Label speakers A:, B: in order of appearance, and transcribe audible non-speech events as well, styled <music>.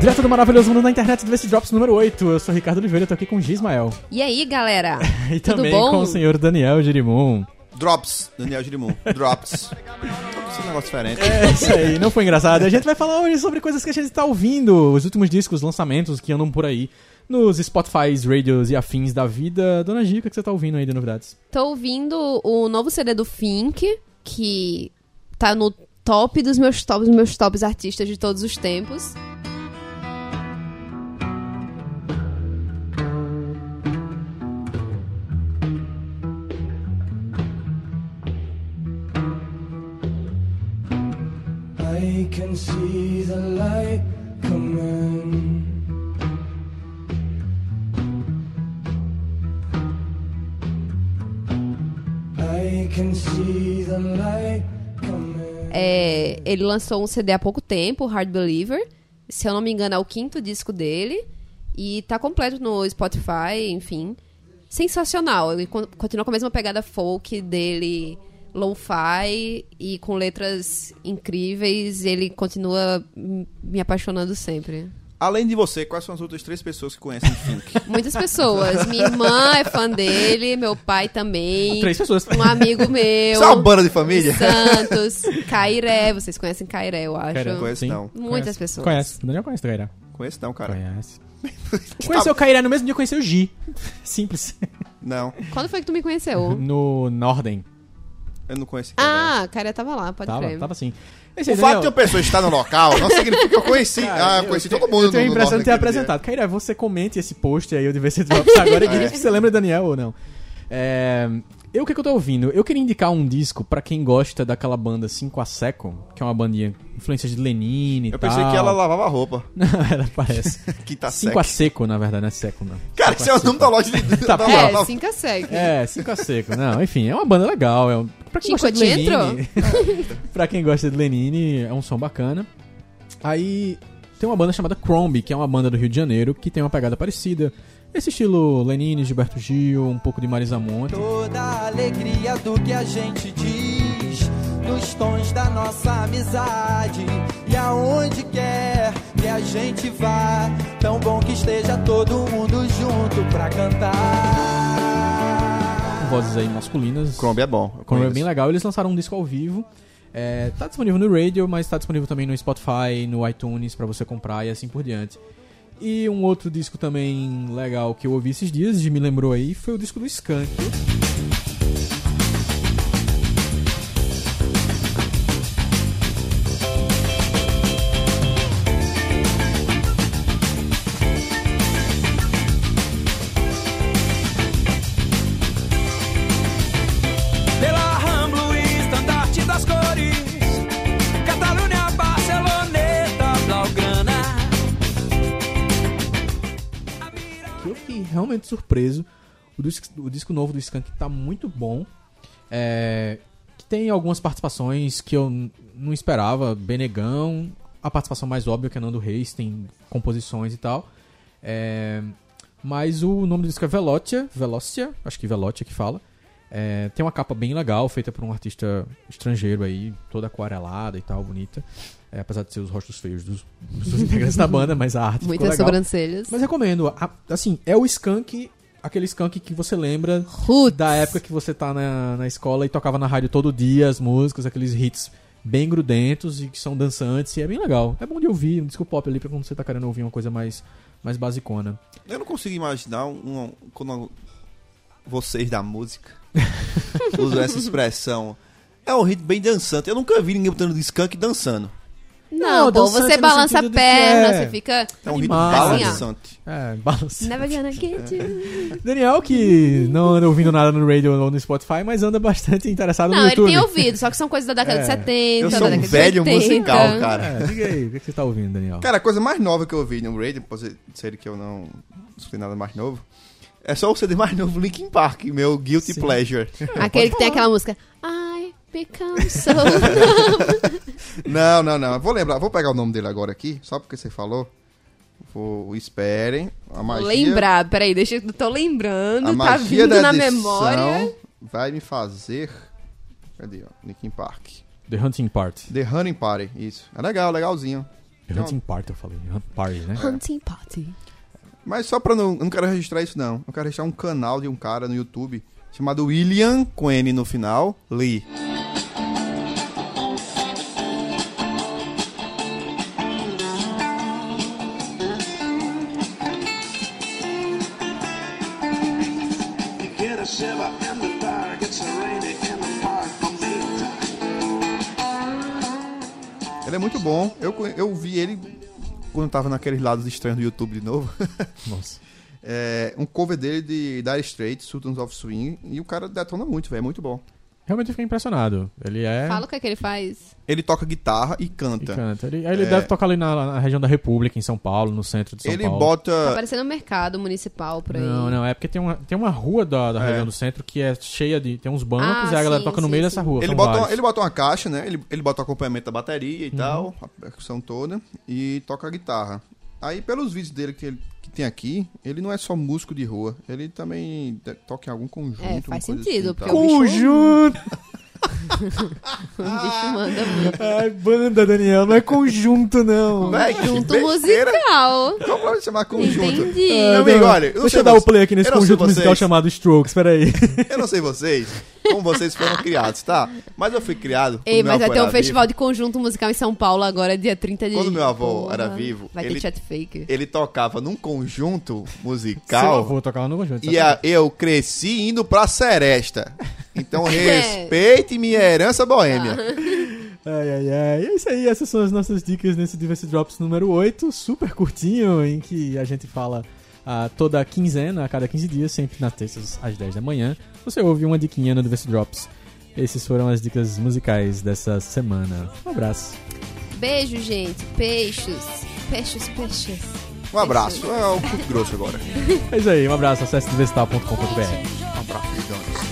A: Direto do maravilhoso mundo da internet do VC Drops número 8. Eu sou Ricardo Oliveira, tô aqui com Gismael.
B: E aí, galera?
A: E
B: Tudo
A: também
B: bom?
A: com o senhor Daniel Girimum.
C: Drops, Daniel Girimum. Drops. Isso é um negócio diferente.
A: É isso aí, não foi engraçado. A gente vai falar hoje sobre coisas que a gente está ouvindo, os últimos discos, lançamentos que andam por aí, nos Spotify's, radios e afins da vida. Dona Gica, o que que você tá ouvindo aí de novidades?
B: Tô ouvindo o novo CD do Fink, que tá no top dos meus tops, meus tops artistas de todos os tempos.
D: I can see the light coming. I can see the light coming.
B: É, ele lançou um CD há pouco tempo, Hard Believer. Se eu não me engano, é o quinto disco dele. E tá completo no Spotify, enfim. Sensacional. Ele con- continua com a mesma pegada folk dele, lo-fi e com letras incríveis. Ele continua m- me apaixonando sempre.
C: Além de você, quais são as outras três pessoas que conhecem
B: <laughs>
C: Fink?
B: Muitas pessoas. Minha irmã é fã dele, meu pai também.
A: Três pessoas.
B: Um amigo meu.
C: Isso é uma banda de família?
B: Santos. Cairé. Vocês conhecem Cairé, eu acho.
A: Cairé,
C: Conheço
A: Sim.
C: não.
B: Muitas
A: Conhece- <laughs>
B: pessoas.
A: Conhece, o Daniel conhece o Kairá.
C: Conheço não, cara. <laughs>
A: Conhece. Conheceu o Kairá no mesmo dia que conheceu o Gi. <laughs> Simples.
C: Não,
B: Quando foi que tu me
A: Uhum.
B: conheceu?
A: No Norden.
C: eu não conheci. cara.
B: ah, Cairé tava lá, pode
A: Tava,
B: crer.
A: tava assim.
C: o fato de uma pessoa estar no local não significa que eu conheci. ah, eu conheci todo mundo.
A: Eu tenho a
C: no- no
A: impressão de ter
C: norte daquele
A: apresentado. Kaira, você comente esse post aí, eu devia ser
C: <laughs>
A: drops agora e
C: É.
A: diga se você lembra do Daniel ou não. É, eu, o que, que eu tô ouvindo? Eu queria indicar um disco pra quem gosta daquela banda 5 a Seco, que é uma bandinha influência de Lenin e
C: dia. Eu
A: tal.
C: pensei que ela lavava roupa.
A: <laughs>
C: <laughs>
A: Não, ela parece.
C: Que
A: 5
C: tá seco.
A: Tá. a Seco, na verdade, não é Seco, não.
C: Cara,
A: Cinco
C: isso é
A: a
C: o nome da loja de...
A: Tá
C: da
A: bom.
C: loja.
B: É, cinco segue.
A: É, 5 a seco. Não, enfim, é uma banda legal. É um... Pra quem
B: Cinco
A: gosta de
B: dentro?
A: Lenine. <laughs> pra quem gosta de Lenine, é um som bacana. Aí tem uma banda chamada Crombie, que é uma banda do Rio de Janeiro, que tem uma pegada parecida. Esse estilo Lenine, Gilberto Gil, um pouco de Marisa Monte.
E: Toda a alegria do que a gente diz, nos tons da nossa amizade. E aonde quer que a gente vá, tão bom que esteja todo mundo junto pra cantar.
A: Vozes aí masculinas.
C: Crombie é bom.
A: Crombie
C: eu
A: é
C: conheço.
A: bem legal. Eles lançaram um disco ao vivo. É, tá disponível no radio, mas tá disponível também no Spotify, no iTunes pra você comprar e assim por diante. E um outro disco também legal que eu ouvi esses dias, e me lembrou aí, foi o disco do Skank.
E: Pela Ramblo estandarte das cores, Catalunha, Barceloneta, Blaugrana.
A: que eu fiquei realmente surpreso. O disco, o disco novo do Skank tá muito bom. É, que tem algumas participações que eu n- não esperava. Benegão, a participação mais óbvia que é Nando Reis, tem composições e tal. É, mas o nome do disco é Velotia, Velocia, acho que Velotia que fala. É, tem uma capa bem legal, feita por um artista estrangeiro aí, toda aquarelada e tal, bonita. É, apesar de ser os rostos feios dos, dos integrantes da banda, mas a arte ficou
B: Muitas
A: legal.
B: sobrancelhas.
A: Mas recomendo. A- assim, é o skunk, aquele skunk que você lembra
B: Roots.
A: da época que você tá na, na escola e tocava na rádio todo dia as músicas, aqueles hits bem grudentos e que são dançantes e é bem legal. É bom de ouvir um disco pop ali pra quando você tá querendo ouvir uma coisa mais, mais basicona.
C: Eu não consigo imaginar um, um- quando vocês da música usam essa expressão. É um ritmo bem dançante. Eu nunca vi ninguém botando de skunk dançando.
A: Não,
B: Não, pô,
A: dançante
B: você
A: no
B: balança
A: sentido
B: a
A: de que
B: perna,
A: é-
B: você fica...
C: É um ritmo
A: Animais.
C: balançante.
A: É, <laughs> balança.
B: Never gonna get you.
A: Daniel que não anda ouvindo nada no radio ou no Spotify, mas anda bastante <laughs> interessado
B: Não,
A: no
B: ele
A: YouTube.
B: tem ouvido, só que são coisas da década
A: É.
B: de 70,
C: Eu
B: da
C: sou um
B: década de
C: velho
B: 80. então.
C: musical, cara.
A: É, diga aí, o que que você tá ouvindo, Daniel?
C: Cara, a coisa mais nova que eu vi no Raiden, pode ser que eu não escutei nada mais novo, é só o CD mais novo, Linkin Park, meu Guilty
A: Sim.
C: Pleasure.
B: Aquele que tem aquela música... I become so... numb.
C: Não, não, não. Vou lembrar, vou pegar o nome dele agora aqui, só porque você falou. Vou- esperem. A magia,
B: Lembrar, peraí, deixa eu. Tô lembrando,
C: a
B: tá
C: magia
B: vindo
C: da
B: na
C: edição
B: memória.
C: vai me fazer... Cadê, ó? Linkin Park.
A: The Hunting Party.
C: The Hunting Party, isso. É legal, legalzinho.
A: The Hunting Party, eu falei. Hunt Party, né?
B: <laughs>
C: é
B: Hunting Party.
C: Mas só pra não... Eu não quero registrar isso, não. Eu quero registrar um canal de um cara no YouTube chamado William, com N no final, Lee.
F: Get a shiver in the dark, it's a rainy in the park, but meantime.
C: Ele é muito bom. Eu, conhe- eu vi ele quando tava naqueles lados estranhos do YouTube de novo. <laughs>
A: Nossa.
C: É, um cover dele de Dire Straits, Sultans of Swing. E o cara detona muito, velho. É muito bom.
A: Realmente eu fiquei impressionado. Ele é.
B: Fala o que é que ele faz.
C: Ele toca guitarra e
A: e
C: canta.
A: canta. Ele, aí ele
C: É.
A: deve tocar ali na, na região da República, em São Paulo, no centro de São
C: Ele
A: Paulo.
B: Tá
C: bota.
B: parecendo um mercado municipal por aí.
A: Não, não, é porque tem uma, tem uma rua da, da
C: É.
A: região do centro que é cheia de. Tem uns bancos e
B: Ah,
A: a galera
B: sim,
A: toca no
B: sim,
A: meio
B: sim.
A: dessa rua.
C: Ele
A: são
C: bota, uma,
A: vários. Uhum.
C: ele bota uma caixa, né? Ele, ele bota o acompanhamento da bateria e tal, a percussão toda, e toca a guitarra. Aí, pelos vídeos dele que, ele, que tem aqui, ele não é só músico de rua, ele também de- toca em algum conjunto.
B: É,
C: uma
B: faz
C: coisa
B: sentido,
C: assim,
B: porque
C: tal.
B: eu-
A: Conjunto!
B: <laughs> O
C: Ah,
B: bicho manda
A: <laughs>
B: muito.
A: Ai, banda, Daniel, não é conjunto, não.
C: Véi, que
B: Junto
C: besteira.
B: musical.
C: Como pode Então, chamar conjunto?
B: Entendi.
C: é, Meu amigo, olha, eu não
A: É, deixa
C: sei
A: eu dar o
C: vocês-
A: play aqui nesse
C: eu não sei
A: conjunto musical
C: vocês.
A: chamado Strokes, peraí.
C: Eu não sei vocês, como vocês foram criados, tá? Mas eu fui criado.
B: Ei,
C: quando meu
B: mas vai
C: avô
B: ter um
C: era vivo.
B: festival de conjunto musical em São Paulo agora, dia 30 de
C: Quando meu avô
B: Porra,
C: era vivo,
B: Vai
C: ele-
B: ter chat fake.
C: Ele tocava num conjunto
A: Calma.
C: musical
A: Vou tocar lá no conjunto.
C: e a- eu cresci indo pra Seresta.
B: <laughs>
C: Então
B: É. Ah.
C: respeite minha herança boêmia.
A: Ai, ai, ai. É isso aí, essas são as nossas dicas nesse Diverse Drops número 8, super curtinho, em que a gente fala ah, toda quinzena, a cada 15 dias, sempre nas terças às 10 da manhã. Você ouve uma diquinha no Diverse Drops. Essas foram as dicas musicais dessa semana. Um abraço.
B: Beijo, gente. Peixes. Peixes, peixes.
C: Um abraço. É o Curto Grosso agora.
A: É isso aí, um abraço. Acesse diversidade.com.br.
C: Um abraço gigante.